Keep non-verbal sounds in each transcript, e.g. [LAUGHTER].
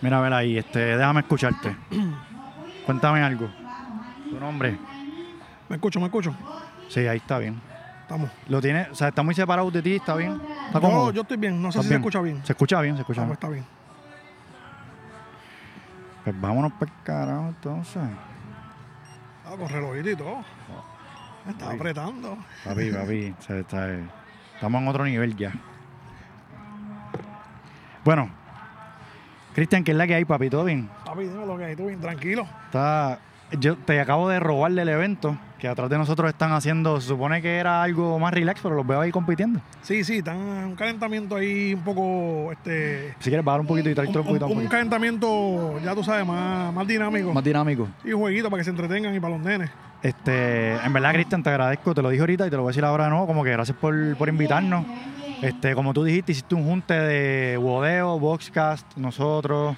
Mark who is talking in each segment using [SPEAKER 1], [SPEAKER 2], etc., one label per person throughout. [SPEAKER 1] Mira, vela ahí, este, déjame
[SPEAKER 2] [CLEARS THROAT]
[SPEAKER 1] escucharte. Cuéntame algo. Tu nombre.
[SPEAKER 2] Me escucho, me escucho.
[SPEAKER 1] Sí, ahí está bien.
[SPEAKER 2] Estamos.
[SPEAKER 1] Lo tiene, o sea, está muy separado de ti, está bien. Está cómodo.
[SPEAKER 2] Yo, yo estoy bien, no sé
[SPEAKER 1] ¿Estás
[SPEAKER 2] si se
[SPEAKER 1] bien?
[SPEAKER 2] escucha bien.
[SPEAKER 1] Se escucha bien, se escucha
[SPEAKER 2] Ah, pues
[SPEAKER 1] bien.
[SPEAKER 2] está bien.
[SPEAKER 1] Pues vámonos para el carajo entonces.
[SPEAKER 2] Ah, con relojito y todo. Me está
[SPEAKER 1] Ay.
[SPEAKER 2] apretando.
[SPEAKER 1] Papi,
[SPEAKER 2] [LAUGHS]
[SPEAKER 1] papi, se está- eh, estamos en otro nivel ya. Bueno, Cristian, ¿qué es la que hay, papi? ¿Todo bien?
[SPEAKER 2] Papi, dime lo que hay tú, bien tranquilo.
[SPEAKER 1] Está, yo te acabo de robar del evento que atrás de nosotros están haciendo, se supone que era algo más relax, pero los veo ahí compitiendo.
[SPEAKER 2] Sí, sí, están en un calentamiento ahí un poco, este...
[SPEAKER 1] Si quieres bajar un poquito y traer
[SPEAKER 2] Un,
[SPEAKER 1] otro un poquito,
[SPEAKER 2] un-
[SPEAKER 1] un
[SPEAKER 2] un
[SPEAKER 1] poquito.
[SPEAKER 2] calentamiento, ya tú sabes, más, más dinámico.
[SPEAKER 1] más dinámico.
[SPEAKER 2] Y jueguito para que se entretengan y para los nenes.
[SPEAKER 1] Este, en verdad, Cristian, te agradezco, te lo dije ahorita y te lo voy a decir ahora de nuevo, como que gracias por, por invitarnos. Este, como tú dijiste, hiciste un junte de Bodeo, Boxcast, nosotros.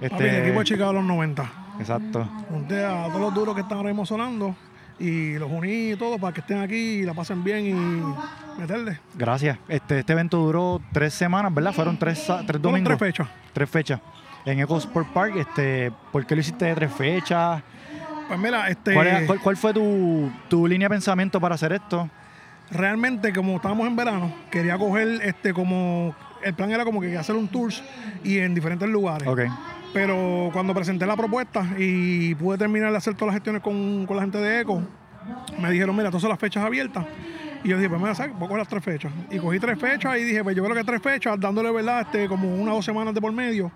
[SPEAKER 2] Papi, el equipo de
[SPEAKER 1] Este,
[SPEAKER 2] Chicago de los 90.
[SPEAKER 1] exacto.
[SPEAKER 2] Junté a todos los duros que están ahora mismo sonando y los uní y todo para que estén aquí y la pasen bien y meterle.
[SPEAKER 1] Gracias. Este, este evento duró tres semanas, ¿verdad? Fueron tres, sa- tres
[SPEAKER 2] Fueron
[SPEAKER 1] domingos.
[SPEAKER 2] tres fechas.
[SPEAKER 1] tres fechas. En Eco Sport Park, este, ¿por qué lo hiciste de tres fechas?
[SPEAKER 2] Pues mira, este...
[SPEAKER 1] ¿Cuál, era- cuál- cuál fue tu, tu línea de pensamiento para hacer esto?
[SPEAKER 2] realmente como estábamos en verano, quería coger este como el plan era como que hacer un tour y en diferentes lugares.
[SPEAKER 1] Ok,
[SPEAKER 2] Pero cuando presenté la propuesta y pude terminar de hacer todas las gestiones con, con la gente de ECO, me dijeron, mira, todas son las fechas abiertas. Y yo dije, pues mira, ¿sabes? voy a coger las tres fechas. Y cogí tres fechas y dije, pues yo creo que tres fechas, dándole, ¿verdad? Este, como una o dos semanas de por medio.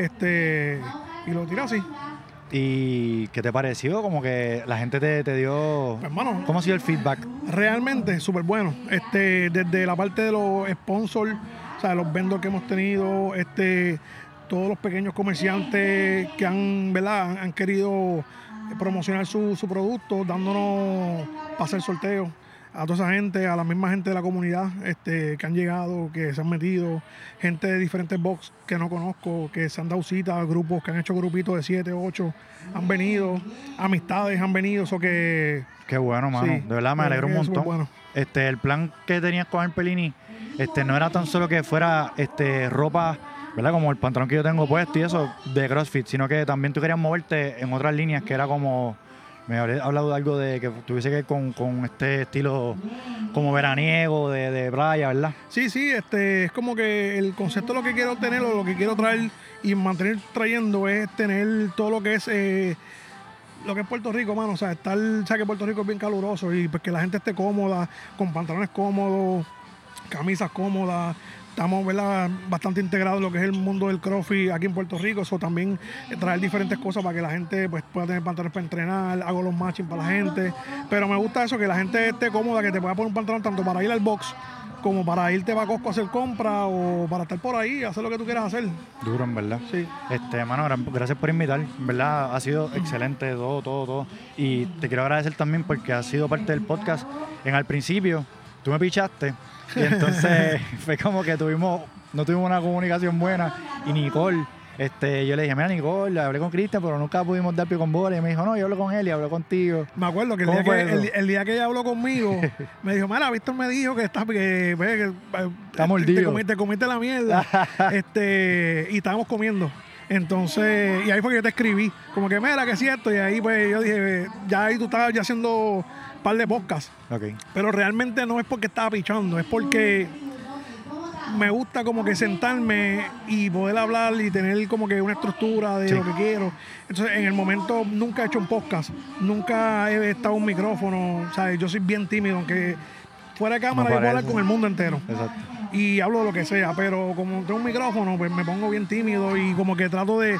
[SPEAKER 2] Este, y lo tiré así.
[SPEAKER 1] ¿y qué te pareció? Como que la gente te, te dio...
[SPEAKER 2] Hermano,
[SPEAKER 1] ¿Cómo ha sido el feedback?
[SPEAKER 2] Realmente súper bueno. Este, desde la parte de los sponsors, o sea, los vendors que hemos tenido, este, todos los pequeños comerciantes que han, ¿verdad? Han, han querido promocionar su, su producto, dándonos para hacer sorteo a toda esa gente, a la misma gente de la comunidad este, que han llegado, que se han metido, gente de diferentes box que no conozco, que se han dado citas, grupos que han hecho grupitos de 7, 8, han venido, amistades han venido, eso que...
[SPEAKER 1] Qué bueno, mano.
[SPEAKER 2] Sí,
[SPEAKER 1] de verdad me
[SPEAKER 2] la
[SPEAKER 1] alegró un
[SPEAKER 2] verdad que es
[SPEAKER 1] montón.
[SPEAKER 2] superbueno.
[SPEAKER 1] Este, el plan que tenías con el Pelini, este, no era tan solo que fuera este, ropa, ¿verdad? Como el pantalón que yo tengo puesto y eso, de CrossFit, sino que también tú querías moverte en otras líneas que era como. Me hablé hablado de algo de que tuviese que ver con, con este estilo como veraniego, de, de playa, ¿verdad?
[SPEAKER 2] Sí, sí, este, es como que el concepto de lo que quiero tener o lo que quiero traer y mantener trayendo es tener todo lo que es eh, lo que es Puerto Rico, mano. O sea, estar, o sea, que Puerto Rico es bien caluroso y pues que la gente esté cómoda, con pantalones cómodos, camisas cómodas. Estamos ¿verdad? bastante integrados en lo que es el mundo del crossfit aquí en Puerto Rico. Eso también eh, traer diferentes cosas para que la gente pues, pueda tener pantalones para entrenar. Hago los matching para la gente. Pero me gusta eso, que la gente esté cómoda, que te pueda poner un pantalón tanto para ir al box como para irte a Costco a hacer compras o para estar por ahí, hacer lo que tú quieras hacer.
[SPEAKER 1] Duro, en verdad.
[SPEAKER 2] Sí.
[SPEAKER 1] Este, mano, gra- gracias por invitar, en ¿verdad? Ha sido excelente todo, todo, todo. Y te quiero agradecer también porque has sido parte del podcast. En al principio, tú me pichaste y [LAUGHS] entonces fue como que tuvimos, no tuvimos una comunicación buena. Y Nicole, este, yo le dije, mira Nicole, hablé con Cristian, pero nunca pudimos dar pie con bola. Y me dijo, no, yo hablo con él y hablo contigo.
[SPEAKER 2] Me acuerdo que el,
[SPEAKER 1] ¿Cómo
[SPEAKER 2] día
[SPEAKER 1] fue
[SPEAKER 2] que,
[SPEAKER 1] eso?
[SPEAKER 2] el, el día que ella
[SPEAKER 1] [LAUGHS]
[SPEAKER 2] habló conmigo, me dijo, mira, Víctor me dijo que estás, que, ve, que, eh, te-
[SPEAKER 1] mordido.
[SPEAKER 2] Te comiste, te comiste
[SPEAKER 1] [LAUGHS]
[SPEAKER 2] la mierda. este, y estábamos comiendo. Entonces, y ahí fue que yo te escribí, como que mira, que es cierto. Y ahí pues yo dije, ya ahí tú estabas ya haciendo un par de podcasts.
[SPEAKER 1] Ok.
[SPEAKER 2] Pero realmente no es porque estaba pichando, es porque me gusta como que sentarme y poder hablar y tener como que una estructura de
[SPEAKER 1] Sí.
[SPEAKER 2] lo que quiero. Entonces, en el momento nunca he hecho un podcast, nunca he estado en un micrófono, ¿sabes? Yo soy bien tímido, aunque fuera de cámara yo puedo hablar
[SPEAKER 1] parece.
[SPEAKER 2] con el mundo entero
[SPEAKER 1] Exacto.
[SPEAKER 2] y hablo de lo que sea, pero como tengo un micrófono, pues me pongo bien tímido y como que trato de.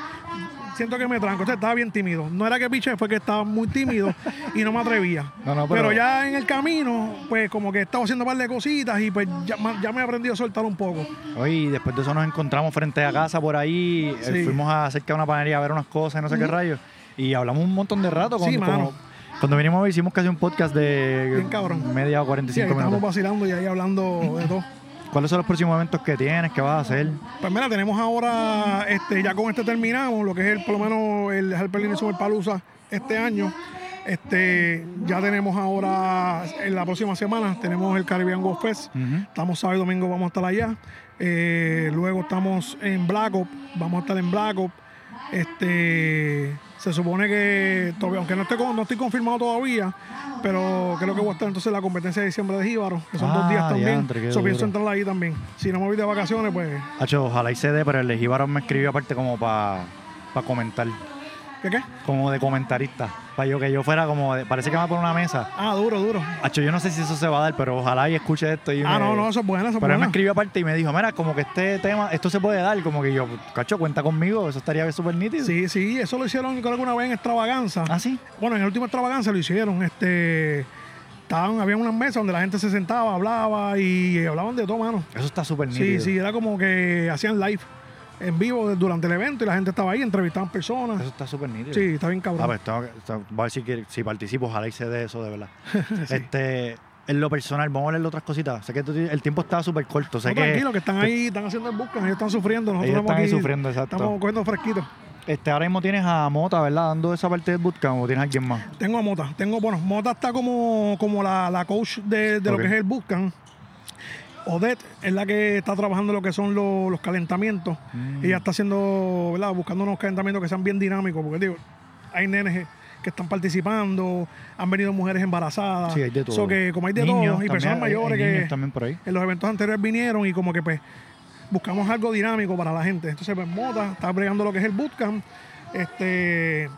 [SPEAKER 2] Siento que me tranco. Usted estaba bien tímido. No era que piche, fue que estaba muy tímido y no me atrevía.
[SPEAKER 1] No, no,
[SPEAKER 2] pero...
[SPEAKER 1] pero-
[SPEAKER 2] ya en el camino, pues como que estaba haciendo un par de cositas y pues ya, ma- ya me he aprendido a soltar un poco.
[SPEAKER 1] Oye, y después de eso nos encontramos frente a casa por ahí, eh,
[SPEAKER 2] Sí.
[SPEAKER 1] fuimos a cerca de una panadería a ver unas cosas y no sé qué rayos. Y hablamos un montón de rato. Con,
[SPEAKER 2] Sí,
[SPEAKER 1] como-
[SPEAKER 2] mano.
[SPEAKER 1] cuando vinimos hicimos casi un podcast de
[SPEAKER 2] Bien cabrón.
[SPEAKER 1] media o
[SPEAKER 2] Sí, ahí
[SPEAKER 1] 45
[SPEAKER 2] estábamos
[SPEAKER 1] minutos.
[SPEAKER 2] vacilando y ahí hablando de todo.
[SPEAKER 1] ¿Cuáles son los próximos eventos que tienes? ¿Qué vas a hacer?
[SPEAKER 2] Pues mira, tenemos ahora, este, ya con este terminamos, lo que es el, por lo menos el Harper Super Palusa este año. Este, ya tenemos ahora, en la próxima semana, tenemos el Caribbean Go Fest.
[SPEAKER 1] Ujú.
[SPEAKER 2] Estamos sábado y domingo, vamos a estar allá. Eh, luego estamos en Black Ops, vamos a estar en Black Ops. Este, se supone que, todavía, aunque no, esté con- no estoy confirmado todavía, pero creo que voy a estar entonces en la competencia de diciembre de Jíbaro, que son
[SPEAKER 1] Ah,
[SPEAKER 2] dos días también.
[SPEAKER 1] diantre, qué
[SPEAKER 2] Eso pienso
[SPEAKER 1] duro.
[SPEAKER 2] entrar ahí también. Si no me voy de vacaciones, pues.
[SPEAKER 1] Hacho, ojalá y se dé, pero el de Jíbaro me escribió aparte como para comentar,
[SPEAKER 2] ¿Qué qué?
[SPEAKER 1] como de comentarista. Para yo que yo fuera como, de- parece que me va por una mesa.
[SPEAKER 2] Ah, duro, duro.
[SPEAKER 1] Hacho, yo no sé si eso se va a dar, pero ojalá y escuche esto. Y
[SPEAKER 2] Ah,
[SPEAKER 1] me-
[SPEAKER 2] no, no, eso es bueno, eso es
[SPEAKER 1] Pero él me
[SPEAKER 2] bueno.
[SPEAKER 1] escribió aparte y me dijo, mira, como que este tema, esto se puede dar, como que yo, cacho, cuenta conmigo, eso estaría súper nítido.
[SPEAKER 2] Sí, sí, eso lo hicieron creo que una vez en Extravaganza.
[SPEAKER 1] ¿Ah, sí?
[SPEAKER 2] Bueno, en el último extravaganza lo hicieron. Este, estaban, había unas mesas donde la gente se sentaba, hablaba y hablaban de todo, mano.
[SPEAKER 1] Eso está súper
[SPEAKER 2] Sí,
[SPEAKER 1] nítido.
[SPEAKER 2] sí, era como que hacían live en vivo de- durante el evento y la gente estaba ahí, entrevistaban
[SPEAKER 1] Eso
[SPEAKER 2] personas.
[SPEAKER 1] está Ah, pues, súper nítido.
[SPEAKER 2] Sí, está bien
[SPEAKER 1] A
[SPEAKER 2] cabrón.
[SPEAKER 1] ver, tengo que, tengo- voy a decir que si participo, ojalá y se dé eso de verdad.
[SPEAKER 2] [LAUGHS] Sí.
[SPEAKER 1] Este, en lo personal, vamos a hablarle otras cositas. Sé que tú tienes- el tiempo está súper corto, sé
[SPEAKER 2] No,
[SPEAKER 1] que
[SPEAKER 2] tranquilo, que están ahí, están haciendo el buscan, ellos están sufriendo, nosotros
[SPEAKER 1] ellos
[SPEAKER 2] estamos
[SPEAKER 1] están ahí
[SPEAKER 2] aquí,
[SPEAKER 1] sufriendo, exacto.
[SPEAKER 2] estamos cogiendo fresquitos.
[SPEAKER 1] Este, ahora mismo tienes a Mota, ¿verdad? Dando esa parte del bootcamp o tienes a alguien más.
[SPEAKER 2] Tengo a Mota. Tengo, bueno, Mota está como, como la, la coach de, de lo
[SPEAKER 1] Ok.
[SPEAKER 2] que es el Buscan. Odette es la que está trabajando lo que son lo- los calentamientos.
[SPEAKER 1] Mm.
[SPEAKER 2] Ella está haciendo, ¿verdad? Buscando unos calentamientos que sean bien dinámicos, porque digo, hay nenes que están participando, han venido mujeres embarazadas.
[SPEAKER 1] Sí, hay de todo.
[SPEAKER 2] Ah, So que como hay de
[SPEAKER 1] Niños
[SPEAKER 2] todo, y
[SPEAKER 1] también,
[SPEAKER 2] personas
[SPEAKER 1] hay-
[SPEAKER 2] mayores
[SPEAKER 1] hay niños
[SPEAKER 2] que
[SPEAKER 1] también por ahí.
[SPEAKER 2] en los eventos anteriores vinieron y como que pues buscamos algo dinámico para la gente. Entonces, pues Mota está bregando lo que es el bootcamp. Este,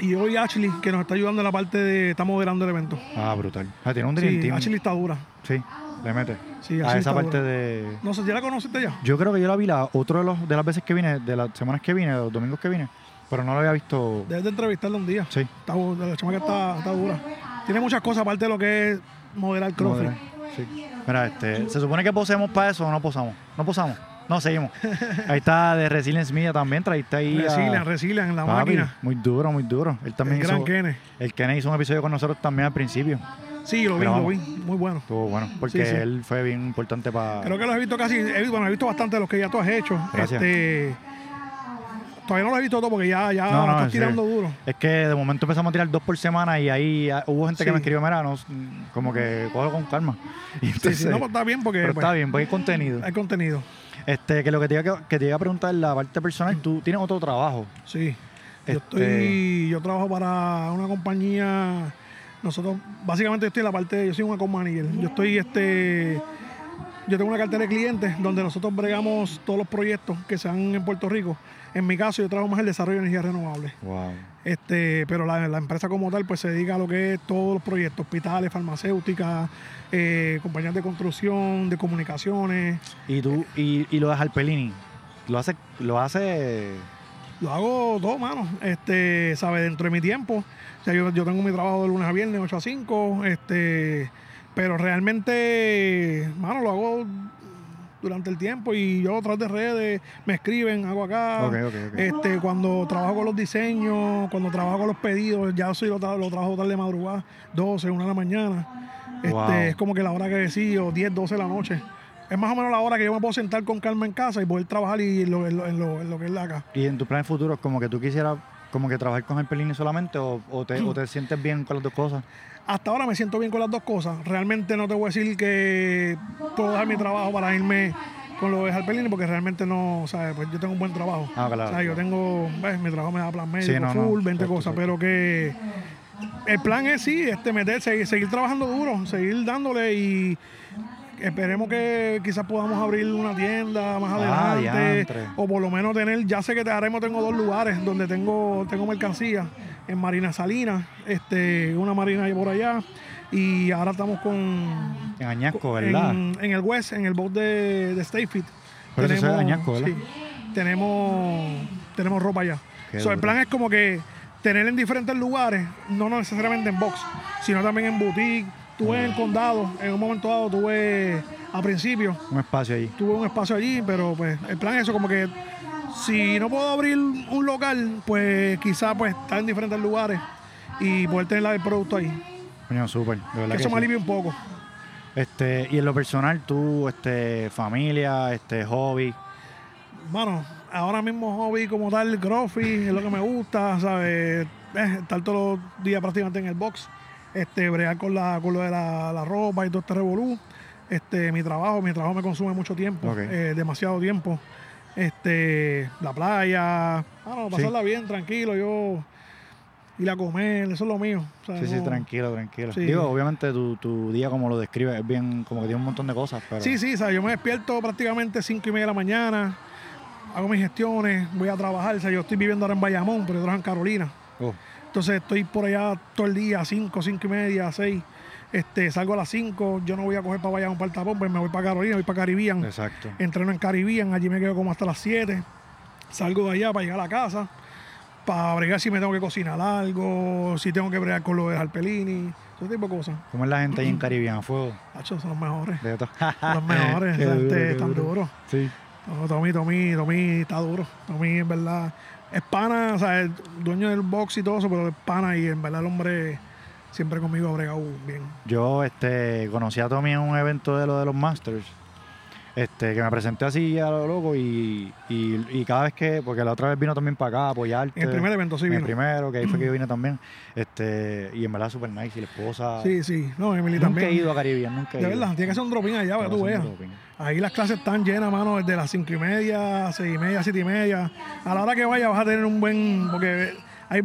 [SPEAKER 2] y hoy Ashley, que nos está ayudando en la parte de, está moderando el evento.
[SPEAKER 1] Ah, brutal. Ah, tiene un Dream
[SPEAKER 2] Sí,
[SPEAKER 1] Team.
[SPEAKER 2] Ashley está dura.
[SPEAKER 1] Sí, le mete.
[SPEAKER 2] Sí,
[SPEAKER 1] a
[SPEAKER 2] Ashley
[SPEAKER 1] Ah, esa
[SPEAKER 2] está
[SPEAKER 1] parte
[SPEAKER 2] dura.
[SPEAKER 1] de...
[SPEAKER 2] No sé, ¿ya la conociste ya?
[SPEAKER 1] Yo creo que yo la vi la, otro de, los, de las veces que vine, de las semanas que vine, de los domingos que vine, pero no la había visto.
[SPEAKER 2] Debes de entrevistarla un día.
[SPEAKER 1] Sí.
[SPEAKER 2] Está, bu- la chamaca está, está dura. Tiene muchas cosas aparte de lo que es moderar CrossFit.
[SPEAKER 1] Madre, sí. Mira, este, se supone que poseemos para eso o no posamos. No posamos. No,
[SPEAKER 2] [LAUGHS]
[SPEAKER 1] seguimos. Ahí está de Resilience Media también, trajiste ahí. a-
[SPEAKER 2] Resilian, resilian en la
[SPEAKER 1] Papi,
[SPEAKER 2] máquina.
[SPEAKER 1] Muy duro, muy duro. Él también
[SPEAKER 2] el gran
[SPEAKER 1] hizo.
[SPEAKER 2] Kenneth.
[SPEAKER 1] El Kenneth hizo un episodio con nosotros también al principio.
[SPEAKER 2] Sí, lo vi,
[SPEAKER 1] Pero
[SPEAKER 2] lo vi.
[SPEAKER 1] vamos.
[SPEAKER 2] Muy bueno.
[SPEAKER 1] Estuvo bueno, porque
[SPEAKER 2] Sí, sí.
[SPEAKER 1] él fue bien importante para.
[SPEAKER 2] Creo que los he visto casi, he, vi- bueno, he visto bastante de los que ya tú has hecho.
[SPEAKER 1] Gracias.
[SPEAKER 2] Este, todavía Ah, no los he visto todos porque ya,
[SPEAKER 1] No,
[SPEAKER 2] ya ahora
[SPEAKER 1] no,
[SPEAKER 2] estás
[SPEAKER 1] en serio.
[SPEAKER 2] tirando duro.
[SPEAKER 1] Es que de momento empezamos a tirar dos por semana y ahí ah, hubo gente que
[SPEAKER 2] Sí.
[SPEAKER 1] me escribió, mira, no, como que cojo con calma. [LAUGHS] Y
[SPEAKER 2] Sí,
[SPEAKER 1] entonces-
[SPEAKER 2] sí, no, pero está bien porque
[SPEAKER 1] pero
[SPEAKER 2] pues,
[SPEAKER 1] está bien, pues hay contenido.
[SPEAKER 2] hay contenido.
[SPEAKER 1] Este, que lo que te, iba, que te iba a preguntar, la parte personal, tú tienes otro trabajo.
[SPEAKER 2] Sí. Yo
[SPEAKER 1] Este-
[SPEAKER 2] estoy, yo trabajo para una compañía. Nosotros, básicamente yo estoy en la parte, yo soy un account manager. Yo estoy este. Yo tengo una cartera de clientes donde nosotros bregamos todos los proyectos que se dan en Puerto Rico. En mi caso, yo trabajo más el desarrollo de energías renovables.
[SPEAKER 1] Wow.
[SPEAKER 2] Este, pero la, la empresa como tal pues se dedica a lo que es todos los proyectos, hospitales, farmacéuticas, eh, compañías de construcción, de comunicaciones.
[SPEAKER 1] Y tú, y, y lo de Jalpelini, lo hace, lo hace.
[SPEAKER 2] Lo hago todo, mano. Este, sabe, dentro de mi tiempo. O sea, yo, yo tengo mi trabajo de lunes a viernes, 8 a 5. Este, pero realmente, mano, lo hago durante el tiempo y yo trato de redes, me escriben, hago acá.
[SPEAKER 1] Ok, ok, ok.
[SPEAKER 2] Este, cuando trabajo con los diseños, cuando trabajo con los pedidos, ya soy lo, tra- lo trabajo tarde de madrugada, 12, 1 de la mañana. Este,
[SPEAKER 1] Wow.
[SPEAKER 2] Es como que la hora que decido, 10, 12 de la noche. Es más o menos la hora que yo me puedo sentar con calma en casa y poder trabajar y lo- en, lo, en lo- en lo que es la acá.
[SPEAKER 1] Y en tus planes futuros, como que tú quisieras como que trabajar con Jalpelini solamente o, o te, o te sientes bien con las dos cosas.
[SPEAKER 2] Hasta ahora me siento bien con las dos cosas. Realmente no te voy a decir que puedo dejar mi trabajo para irme con lo de Jalpelini porque realmente no, ¿sabes? Pues yo tengo un buen trabajo.
[SPEAKER 1] Ah, claro,
[SPEAKER 2] O sea,
[SPEAKER 1] claro.
[SPEAKER 2] yo tengo, ves, mi trabajo me da plan médico,
[SPEAKER 1] Sí, no, no,
[SPEAKER 2] full, 20
[SPEAKER 1] exacto,
[SPEAKER 2] cosas,
[SPEAKER 1] exacto.
[SPEAKER 2] pero que el plan es sí, este, meterse seguir, seguir trabajando duro, seguir dándole y esperemos que quizás podamos abrir una tienda más
[SPEAKER 1] Ah,
[SPEAKER 2] adelante
[SPEAKER 1] diantre.
[SPEAKER 2] o por lo menos tener, ya sé que te haremos, tengo dos lugares donde tengo, tengo mercancía, en Marina Salina, este, una marina ahí por allá, y ahora estamos con
[SPEAKER 1] En Añasco, ¿verdad?
[SPEAKER 2] en, en el West, en el box de, de Stay Fit.
[SPEAKER 1] Pero eso se ve dañasco, ¿verdad?
[SPEAKER 2] sí, tenemos, tenemos ropa allá.
[SPEAKER 1] Qué
[SPEAKER 2] So, el
[SPEAKER 1] duro.
[SPEAKER 2] plan es como que tener en diferentes lugares, no necesariamente en box, sino también en boutique. Tuve en el condado, en un momento dado tuve a principio,
[SPEAKER 1] Un espacio ahí.
[SPEAKER 2] tuve un espacio allí, pero pues el plan es eso, como que si no puedo abrir un local, pues quizá pues estar en diferentes lugares y poder tener la del producto ahí.
[SPEAKER 1] Coño, súper, de verdad.
[SPEAKER 2] Que
[SPEAKER 1] que
[SPEAKER 2] eso me
[SPEAKER 1] sí.
[SPEAKER 2] alivia un poco.
[SPEAKER 1] Este, y en lo personal, tú, este, familia, este, hobby.
[SPEAKER 2] Mano, ahora mismo hobby como tal, crossfit, es lo que me gusta, ¿sabes? Eh, estar todos los días prácticamente en el box, este, bregar con, la, con lo de la, la ropa y todo este revolú. Este, mi trabajo, mi trabajo me consume mucho tiempo,
[SPEAKER 1] Ok.
[SPEAKER 2] eh, demasiado tiempo. este, la playa, ah, no,
[SPEAKER 1] Sí.
[SPEAKER 2] pasarla bien, tranquilo, yo ir a comer, eso es lo mío. o sea,
[SPEAKER 1] Sí, sí,
[SPEAKER 2] no-
[SPEAKER 1] tranquilo, tranquilo.
[SPEAKER 2] Sí.
[SPEAKER 1] Digo, obviamente tu, tu día como lo describes es bien, como que tiene un montón de cosas, pero...
[SPEAKER 2] Sí, sí, o sea, yo me despierto prácticamente 5 y media de la mañana, hago mis gestiones, voy a trabajar, o sea, yo estoy viviendo ahora en Bayamón, pero yo trabajo en Carolina.
[SPEAKER 1] Oh,
[SPEAKER 2] Entonces estoy por allá todo el día, 5, 5 y media, 6. Este, salgo a las 5, yo no voy a coger para Bayamón, para el tapón, pues me voy para Carolina, voy para Caribbean.
[SPEAKER 1] exacto.
[SPEAKER 2] Entreno en Caribbean, allí me quedo como hasta las 7. Salgo de allá para llegar a la casa, para bregar si me tengo que cocinar algo, si tengo que bregar con lo de Jalpelini, ese tipo de cosas.
[SPEAKER 1] ¿Cómo es la gente ahí en Caribbean? A fuego.
[SPEAKER 2] Hacho, son los mejores.
[SPEAKER 1] De todo. [LAUGHS]
[SPEAKER 2] son los mejores,
[SPEAKER 1] Qué
[SPEAKER 2] o sea,
[SPEAKER 1] duro,
[SPEAKER 2] este,
[SPEAKER 1] qué
[SPEAKER 2] están
[SPEAKER 1] duro.
[SPEAKER 2] duros.
[SPEAKER 1] Sí.
[SPEAKER 2] No, Tommy, Tommy, Tommy está duro. Tommy, en verdad, es pana, o sea, es dueño del box y todo eso, pero es pana y en verdad el hombre siempre conmigo ha bregado bien.
[SPEAKER 1] Yo este, conocí a Tommy en un evento de lo de los Masters. Este, que me presenté así a lo loco y, y- y cada vez que, porque la otra vez vino también para acá a apoyarte.
[SPEAKER 2] En el primer evento sí
[SPEAKER 1] En el
[SPEAKER 2] vino.
[SPEAKER 1] primero, que ahí fue que yo
[SPEAKER 2] [CLEARS THROAT]
[SPEAKER 1] vine también. Este, y en verdad super nice y la esposa.
[SPEAKER 2] Sí, sí. No, Emily
[SPEAKER 1] nunca he
[SPEAKER 2] también.
[SPEAKER 1] ido a Caribbean, nunca he
[SPEAKER 2] De
[SPEAKER 1] ido.
[SPEAKER 2] verdad, tiene que hacer un drop-in allá para que tú
[SPEAKER 1] Pero
[SPEAKER 2] veas.
[SPEAKER 1] haciendo doping.
[SPEAKER 2] Ahí las clases están llenas, mano, desde las cinco y media, seis y media, siete y media. A la hora que vayas vas a tener un buen, porque hay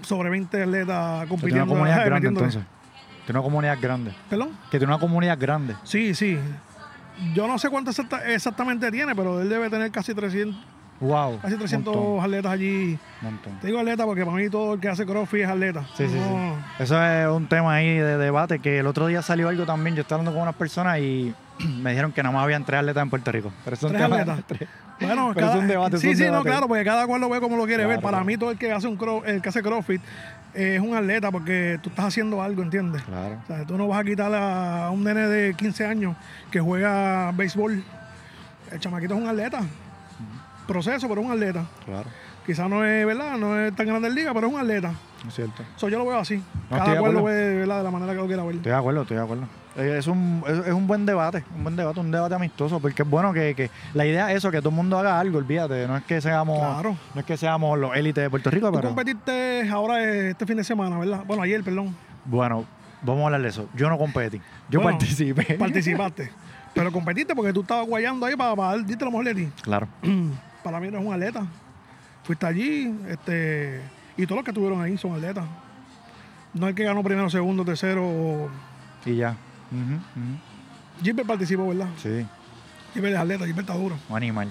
[SPEAKER 2] sobre 20 atletas
[SPEAKER 1] Que Tiene
[SPEAKER 2] compitiendo.
[SPEAKER 1] una comunidad
[SPEAKER 2] ¿sabes?
[SPEAKER 1] grande
[SPEAKER 2] Metiéndole.
[SPEAKER 1] entonces. Tiene una comunidad grande.
[SPEAKER 2] ¿Perdón?
[SPEAKER 1] Que tiene una comunidad grande.
[SPEAKER 2] Sí, sí. Yo no sé cuánto exacta- exactamente tiene, pero él debe tener casi 300,
[SPEAKER 1] Wow.
[SPEAKER 2] casi 300
[SPEAKER 1] Montón,
[SPEAKER 2] atletas allí.
[SPEAKER 1] montón.
[SPEAKER 2] Te digo atleta porque para mí todo el que hace crossfit es atleta.
[SPEAKER 1] Sí, sí,
[SPEAKER 2] No,
[SPEAKER 1] sí. Eso es un tema ahí de debate, que el otro día salió algo también, yo estaba hablando con unas personas y [CLEARS THROAT] me dijeron que nada más habían tres atletas en Puerto Rico. Pero eso es un
[SPEAKER 2] Tres
[SPEAKER 1] tema-
[SPEAKER 2] atletas.
[SPEAKER 1] tres.
[SPEAKER 2] [LAUGHS] Bueno,
[SPEAKER 1] Pero
[SPEAKER 2] cada-
[SPEAKER 1] es un debate, es
[SPEAKER 2] sí,
[SPEAKER 1] un
[SPEAKER 2] sí, no,
[SPEAKER 1] debate.
[SPEAKER 2] claro, porque cada cual lo ve como lo quiere ver.
[SPEAKER 1] Claro,
[SPEAKER 2] Para
[SPEAKER 1] claro.
[SPEAKER 2] mí todo el que hace un cro- el que hace crossfit eh, es un atleta porque tú estás haciendo algo, ¿entiendes?
[SPEAKER 1] Claro.
[SPEAKER 2] O sea, tú no vas a quitar a un nene de 15 años que juega béisbol. El chamaquito es un atleta. Proceso, pero es un atleta.
[SPEAKER 1] Claro.
[SPEAKER 2] Quizás no es, ¿verdad? No es tan grande en liga, pero es un atleta.
[SPEAKER 1] Es cierto.
[SPEAKER 2] So, yo lo veo así.
[SPEAKER 1] No, estoy
[SPEAKER 2] Cada
[SPEAKER 1] de
[SPEAKER 2] cual lo
[SPEAKER 1] acuerdo.
[SPEAKER 2] ve ¿verdad? de la manera que lo quiera ver.
[SPEAKER 1] Estoy de acuerdo, estoy de acuerdo. Eh, Es un, es, es un buen debate, un buen debate, un debate amistoso, porque es bueno que, que la idea es eso, que todo el mundo haga algo, olvídate, no es que seamos,
[SPEAKER 2] Claro.
[SPEAKER 1] no es que seamos los élites de Puerto Rico,
[SPEAKER 2] Tú
[SPEAKER 1] pero
[SPEAKER 2] competiste ahora eh, este fin de semana, ¿verdad? Bueno, ayer, perdón.
[SPEAKER 1] bueno, vamos a hablar de eso. Yo no competí, yo
[SPEAKER 2] Bueno,
[SPEAKER 1] participé.
[SPEAKER 2] [LAUGHS] Participaste. pero competiste porque tú estabas guayando ahí para, para dar- diste lo mejor de ti.
[SPEAKER 1] [LAUGHS]
[SPEAKER 2] [CLEARS THROAT]
[SPEAKER 1] claro.
[SPEAKER 2] para mí no es un atleta. Fuiste allí, este, y todos los que estuvieron ahí son atletas. No el que ganó primero, segundo, tercero.
[SPEAKER 1] Y ya. Ujú, ujú.
[SPEAKER 2] Gilbert participó, ¿verdad?
[SPEAKER 1] Sí.
[SPEAKER 2] Gilbert es atleta, Gilbert está duro. [CLEARS THROAT]
[SPEAKER 1] Un animal.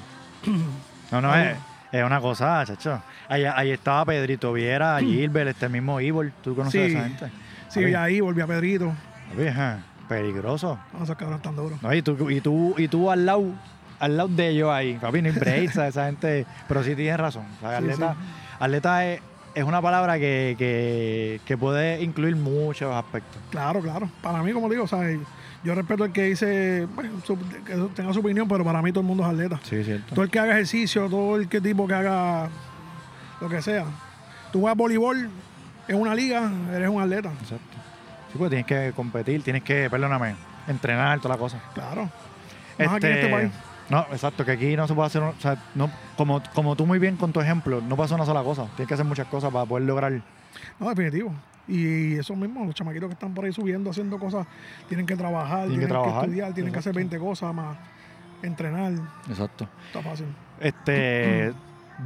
[SPEAKER 1] No, no, es, es una cosa, chacho. Ahí, ahí estaba Pedrito
[SPEAKER 2] [CLEARS THROAT]
[SPEAKER 1] Viera, Gilbert, este mismo Ivor. ¿Tú conoces
[SPEAKER 2] Sí.
[SPEAKER 1] a esa gente?
[SPEAKER 2] Sí,
[SPEAKER 1] Papi,
[SPEAKER 2] y ahí volví a Pedrito.
[SPEAKER 1] papi, ajá, peligroso.
[SPEAKER 2] No, esos cabrones están duros.
[SPEAKER 1] No, y tú, y tú, y tú al lado, al lado de ellos ahí. Papi, no hay break,
[SPEAKER 2] [LAUGHS]
[SPEAKER 1] ¿sabes? esa gente. Pero sí tienes razón. ¿sabes?
[SPEAKER 2] Sí,
[SPEAKER 1] atleta, atleta es, es una palabra que, que, que puede incluir muchos aspectos.
[SPEAKER 2] Claro, claro. Para mí, como digo, o sea, yo respeto al que dice, bueno, su- que tenga su opinión, pero para mí todo el mundo es atleta.
[SPEAKER 1] Sí, cierto.
[SPEAKER 2] Todo el que haga ejercicio, todo el que tipo que haga lo que sea. Tú juegas voleibol en una liga, eres un atleta.
[SPEAKER 1] Exacto. Sí, pues tienes que competir, tienes que, perdóname, entrenar, toda la cosa.
[SPEAKER 2] Claro. Más aquí en este país.
[SPEAKER 1] No, exacto, que aquí no se puede hacer, un- o sea, no, como, como tú muy bien con tu ejemplo, no pasa una sola cosa, tienes que hacer muchas cosas para poder lograr.
[SPEAKER 2] No, definitivo. Y esos mismos, los chamaquitos que están por ahí subiendo, haciendo cosas, tienen que
[SPEAKER 1] Tienen
[SPEAKER 2] trabajar, tienen,
[SPEAKER 1] que
[SPEAKER 2] que,
[SPEAKER 1] trabajar.
[SPEAKER 2] estudiar, tienen que hacer
[SPEAKER 1] Exacto.
[SPEAKER 2] 20 cosas más, entrenar,
[SPEAKER 1] Exacto.
[SPEAKER 2] está fácil. [CLEARS THROAT]
[SPEAKER 1] Este,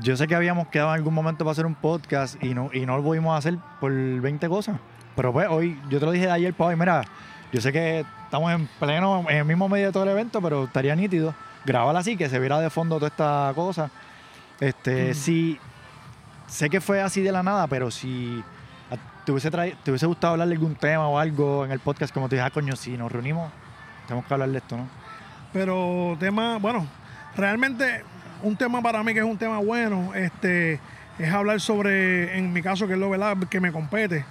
[SPEAKER 1] yo sé que habíamos quedado en algún momento para hacer un podcast y no, y no lo pudimos hacer por 20 cosas, pero pues hoy, yo te lo dije de ayer para hoy, mira, yo sé que estamos en pleno, en el mismo medio de todo el evento, pero estaría nítido grabar así, que se viera de fondo toda esta cosa. Este,
[SPEAKER 2] Ujú.
[SPEAKER 1] si sé que fue así de la nada, pero si a- te hubiese, trai- te hubiese gustado hablar de algún tema o algo en el podcast, como te dije, ah, coño, si nos reunimos, tenemos que hablar de esto, ¿no?
[SPEAKER 2] Pero tema, bueno, realmente un tema para mí que es un tema bueno, este, es hablar sobre, en mi caso, que es lo ¿verdad? que me compete,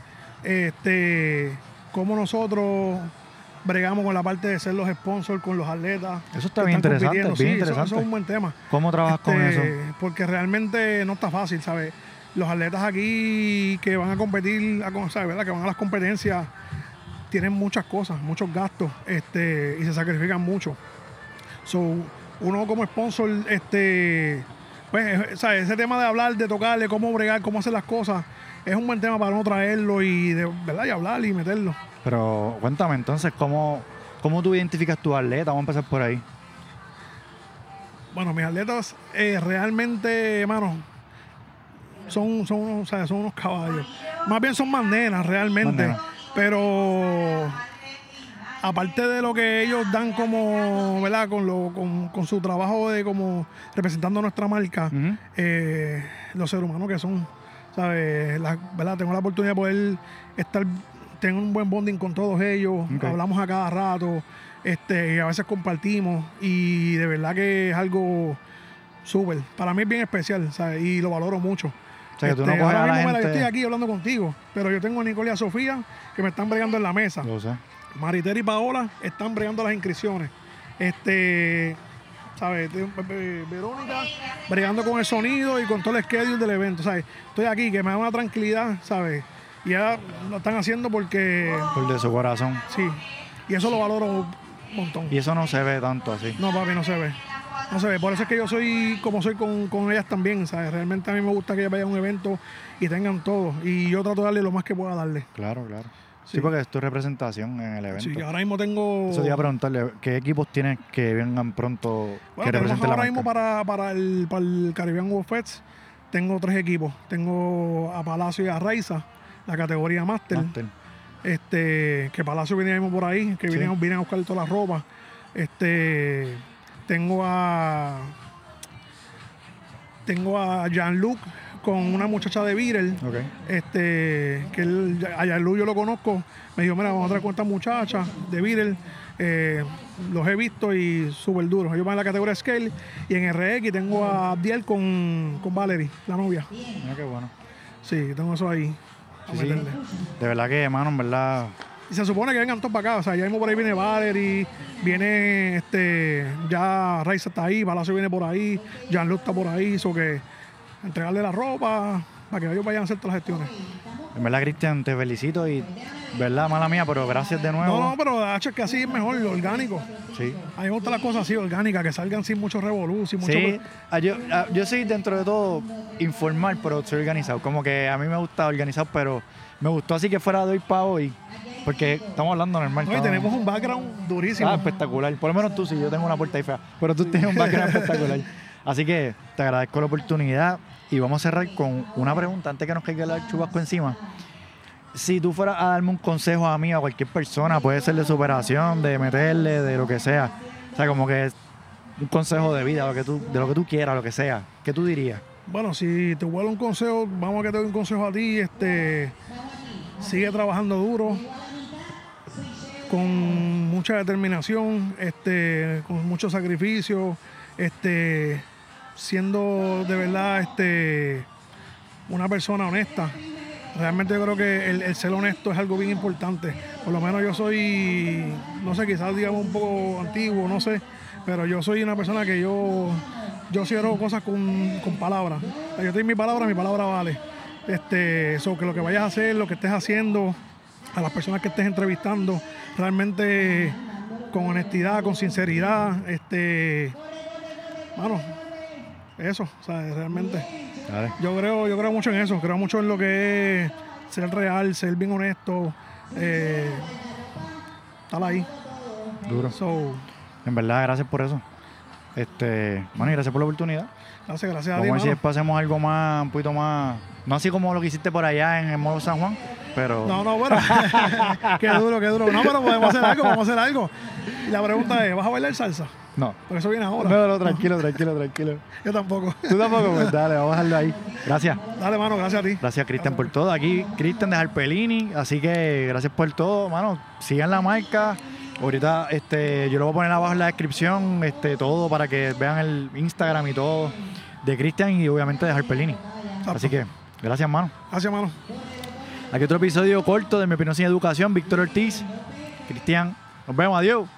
[SPEAKER 2] este, cómo nosotros bregamos con la parte de ser los sponsors, con los atletas.
[SPEAKER 1] Eso está
[SPEAKER 2] que
[SPEAKER 1] bien
[SPEAKER 2] están
[SPEAKER 1] interesante,
[SPEAKER 2] compitiendo.
[SPEAKER 1] bien
[SPEAKER 2] Sí, eso-
[SPEAKER 1] interesante.
[SPEAKER 2] eso es un buen tema.
[SPEAKER 1] ¿Cómo trabajas con eso?
[SPEAKER 2] Este, Porque realmente no está fácil, ¿sabes? Los atletas aquí que van a competir, a con- ¿sabes? ¿verdad? Que van a las competencias, tienen muchas cosas, muchos gastos, este, y se sacrifican mucho. So, uno como sponsor, este, pues, eh, ¿sabes? Ese tema de hablar, de tocarle, cómo bregar, cómo hacer las cosas, es un buen tema para no traerlo y, de, ¿verdad? Y hablar y meterlo.
[SPEAKER 1] Pero cuéntame entonces, ¿cómo, cómo tú identificas tu atleta? Vamos a empezar por ahí.
[SPEAKER 2] Bueno, mis atletas eh, realmente, hermano, son, son, unos- o sea, son unos caballos. Más bien son maneras realmente.
[SPEAKER 1] Maneras.
[SPEAKER 2] Pero aparte de lo que ellos dan como, ¿verdad? Con, lo, con, con su trabajo de como representando nuestra marca,
[SPEAKER 1] Ujú.
[SPEAKER 2] eh, los seres humanos que son, ¿sabes? La- ¿verdad? Tengo la oportunidad de poder estar, tengo un buen bonding con todos ellos,
[SPEAKER 1] Ok.
[SPEAKER 2] hablamos a cada rato, este, a veces compartimos y de verdad que es algo súper. Para mí es bien especial, ¿sabes? Y lo valoro mucho.
[SPEAKER 1] O sea, que tú no
[SPEAKER 2] Este,
[SPEAKER 1] coges
[SPEAKER 2] ahora
[SPEAKER 1] a la
[SPEAKER 2] mismo, mira, yo
[SPEAKER 1] gente-
[SPEAKER 2] estoy aquí hablando contigo, pero yo tengo a Nicole y a Sofía que me están bregando en la mesa.
[SPEAKER 1] Yo sé.
[SPEAKER 2] Maritere y Paola están bregando las inscripciones. Este, ¿sabes? Te- Ve- Ve- Verónica bregando con el sonido y con todo el schedule del evento, ¿sabes? Estoy aquí, que me da una tranquilidad, ¿sabes? Y ya lo están haciendo porque,
[SPEAKER 1] Por de su corazón.
[SPEAKER 2] sí, y eso lo valoro un montón.
[SPEAKER 1] Y eso no se ve tanto así.
[SPEAKER 2] No, papi, no se ve. No se ve. Por eso es que yo soy como soy con, con ellas también, ¿sabes? Realmente a mí me gusta que ellas vayan a un evento y tengan todo. Y yo trato de darle lo más que pueda darle.
[SPEAKER 1] Claro, claro. Sí,
[SPEAKER 2] Sí.
[SPEAKER 1] porque es tu representación en el evento.
[SPEAKER 2] Sí, ahora mismo tengo...
[SPEAKER 1] Eso te iba a preguntarle, ¿qué equipos tienes que vengan pronto que
[SPEAKER 2] Bueno, tenemos
[SPEAKER 1] representen la
[SPEAKER 2] ahora
[SPEAKER 1] marca?
[SPEAKER 2] mismo para, para, el, para el Caribbean World Fest, tengo tres equipos. Tengo a Palacio y a Raiza, la categoría Master.
[SPEAKER 1] Máster.
[SPEAKER 2] Este, que Palacio viene mismo por ahí, que
[SPEAKER 1] Sí.
[SPEAKER 2] vienen, vienen a buscar toda la ropa. Este, tengo a tengo a Jean-Luc con una muchacha de Beatle
[SPEAKER 1] Ok.
[SPEAKER 2] este que él, a Yalu yo lo conozco, me dijo, mira, vamos a traer con esta muchacha de Beatle, eh, los he visto y súper duros. Ellos van en la categoría Scale y en RX tengo a Abdiel con, con Valerie, la novia.
[SPEAKER 1] Mira qué bueno.
[SPEAKER 2] Sí, tengo eso ahí. a
[SPEAKER 1] Sí, sí.
[SPEAKER 2] meterle.
[SPEAKER 1] De verdad que, hermano, en verdad,
[SPEAKER 2] Y se supone que vengan todos para acá, o sea, ya mismo por ahí viene Valerie, viene este, ya Raiza está ahí, Palacio viene por ahí, Jean-Luc está por ahí, eso que entregarle la ropa para que ellos vayan a hacer todas las gestiones.
[SPEAKER 1] en verdad, Cristian, te felicito y, verdad, mala mía, pero gracias de nuevo.
[SPEAKER 2] No, no, pero Hacho, es que así es mejor, lo orgánico.
[SPEAKER 1] Sí.
[SPEAKER 2] A mí me gustan las cosas así orgánicas, que salgan sin mucho revolú, sin mucho.
[SPEAKER 1] Sí, ah, yo, ah, yo soy dentro de todo informal, pero soy organizado. Como que a mí me gusta organizado, pero me gustó así que fuera de hoy para hoy, porque estamos hablando normal.
[SPEAKER 2] No, y
[SPEAKER 1] estamos-
[SPEAKER 2] tenemos un background durísimo.
[SPEAKER 1] Ah, espectacular. Por lo menos tú sí, yo tengo una puerta ahí fea. Pero tú tienes un [LAUGHS] background espectacular. Así que te agradezco la oportunidad y vamos a cerrar con una pregunta antes que nos caiga el chubasco encima. Si tú fueras a darme un consejo a mí o a cualquier persona, puede ser de superación, de meterle, de lo que sea. O sea, como que es un consejo de vida, lo que tú, de lo que tú quieras, lo que sea. ¿Qué tú dirías?
[SPEAKER 2] Bueno, si te vuelvo un consejo, vamos a que te doy un consejo a ti. Este, sigue trabajando duro, con mucha determinación, este, con mucho sacrificio, este, siendo de verdad este, una persona honesta. Realmente yo creo que el, el ser honesto es algo bien importante. Por lo menos yo soy, no sé, quizás digamos un poco antiguo, no sé, pero yo soy una persona que yo, yo cierro cosas con, con palabras. O sea, Yo tengo mi palabra, mi palabra vale. Este, so que lo que vayas a hacer, lo que estés haciendo, a las personas que estés entrevistando, realmente con honestidad, con sinceridad, este, bueno, eso, o sea, realmente.
[SPEAKER 1] Dale.
[SPEAKER 2] Yo creo, yo creo mucho en eso, creo mucho en lo que es ser real, ser bien honesto, eh, estar ahí.
[SPEAKER 1] Duro.
[SPEAKER 2] So,
[SPEAKER 1] En verdad, gracias por eso. Este, bueno, y gracias por la oportunidad.
[SPEAKER 2] gracias, gracias a ti,
[SPEAKER 1] Vamos a ver si
[SPEAKER 2] mano.
[SPEAKER 1] después hacemos algo más, un poquito más. No así como lo que hiciste por allá en el modo San Juan, pero.
[SPEAKER 2] No, no, bueno. [LAUGHS] qué duro, qué duro. No, pero podemos hacer algo, podemos hacer algo. Y la pregunta es, ¿vas a bailar salsa?
[SPEAKER 1] No.
[SPEAKER 2] Porque eso viene ahora.
[SPEAKER 1] No, no, tranquilo, tranquilo, tranquilo.
[SPEAKER 2] Yo tampoco. [LAUGHS]
[SPEAKER 1] Tú tampoco, pues dale, vamos a dejarlo ahí. Gracias.
[SPEAKER 2] Dale, mano, gracias a ti.
[SPEAKER 1] Gracias, Cristian, por todo. Aquí, Cristian de Jalpelini. Así que gracias por todo, mano. Sigan la marca. Ahorita este, yo lo voy a poner abajo en la descripción este, todo para que vean el Instagram y todo de Cristian y obviamente de Jalpelini. Así que gracias, mano.
[SPEAKER 2] Gracias, mano.
[SPEAKER 1] Aquí otro episodio corto de Mi Opinión Sin Educación. Víctor Ortiz, Cristian. Nos vemos, adiós.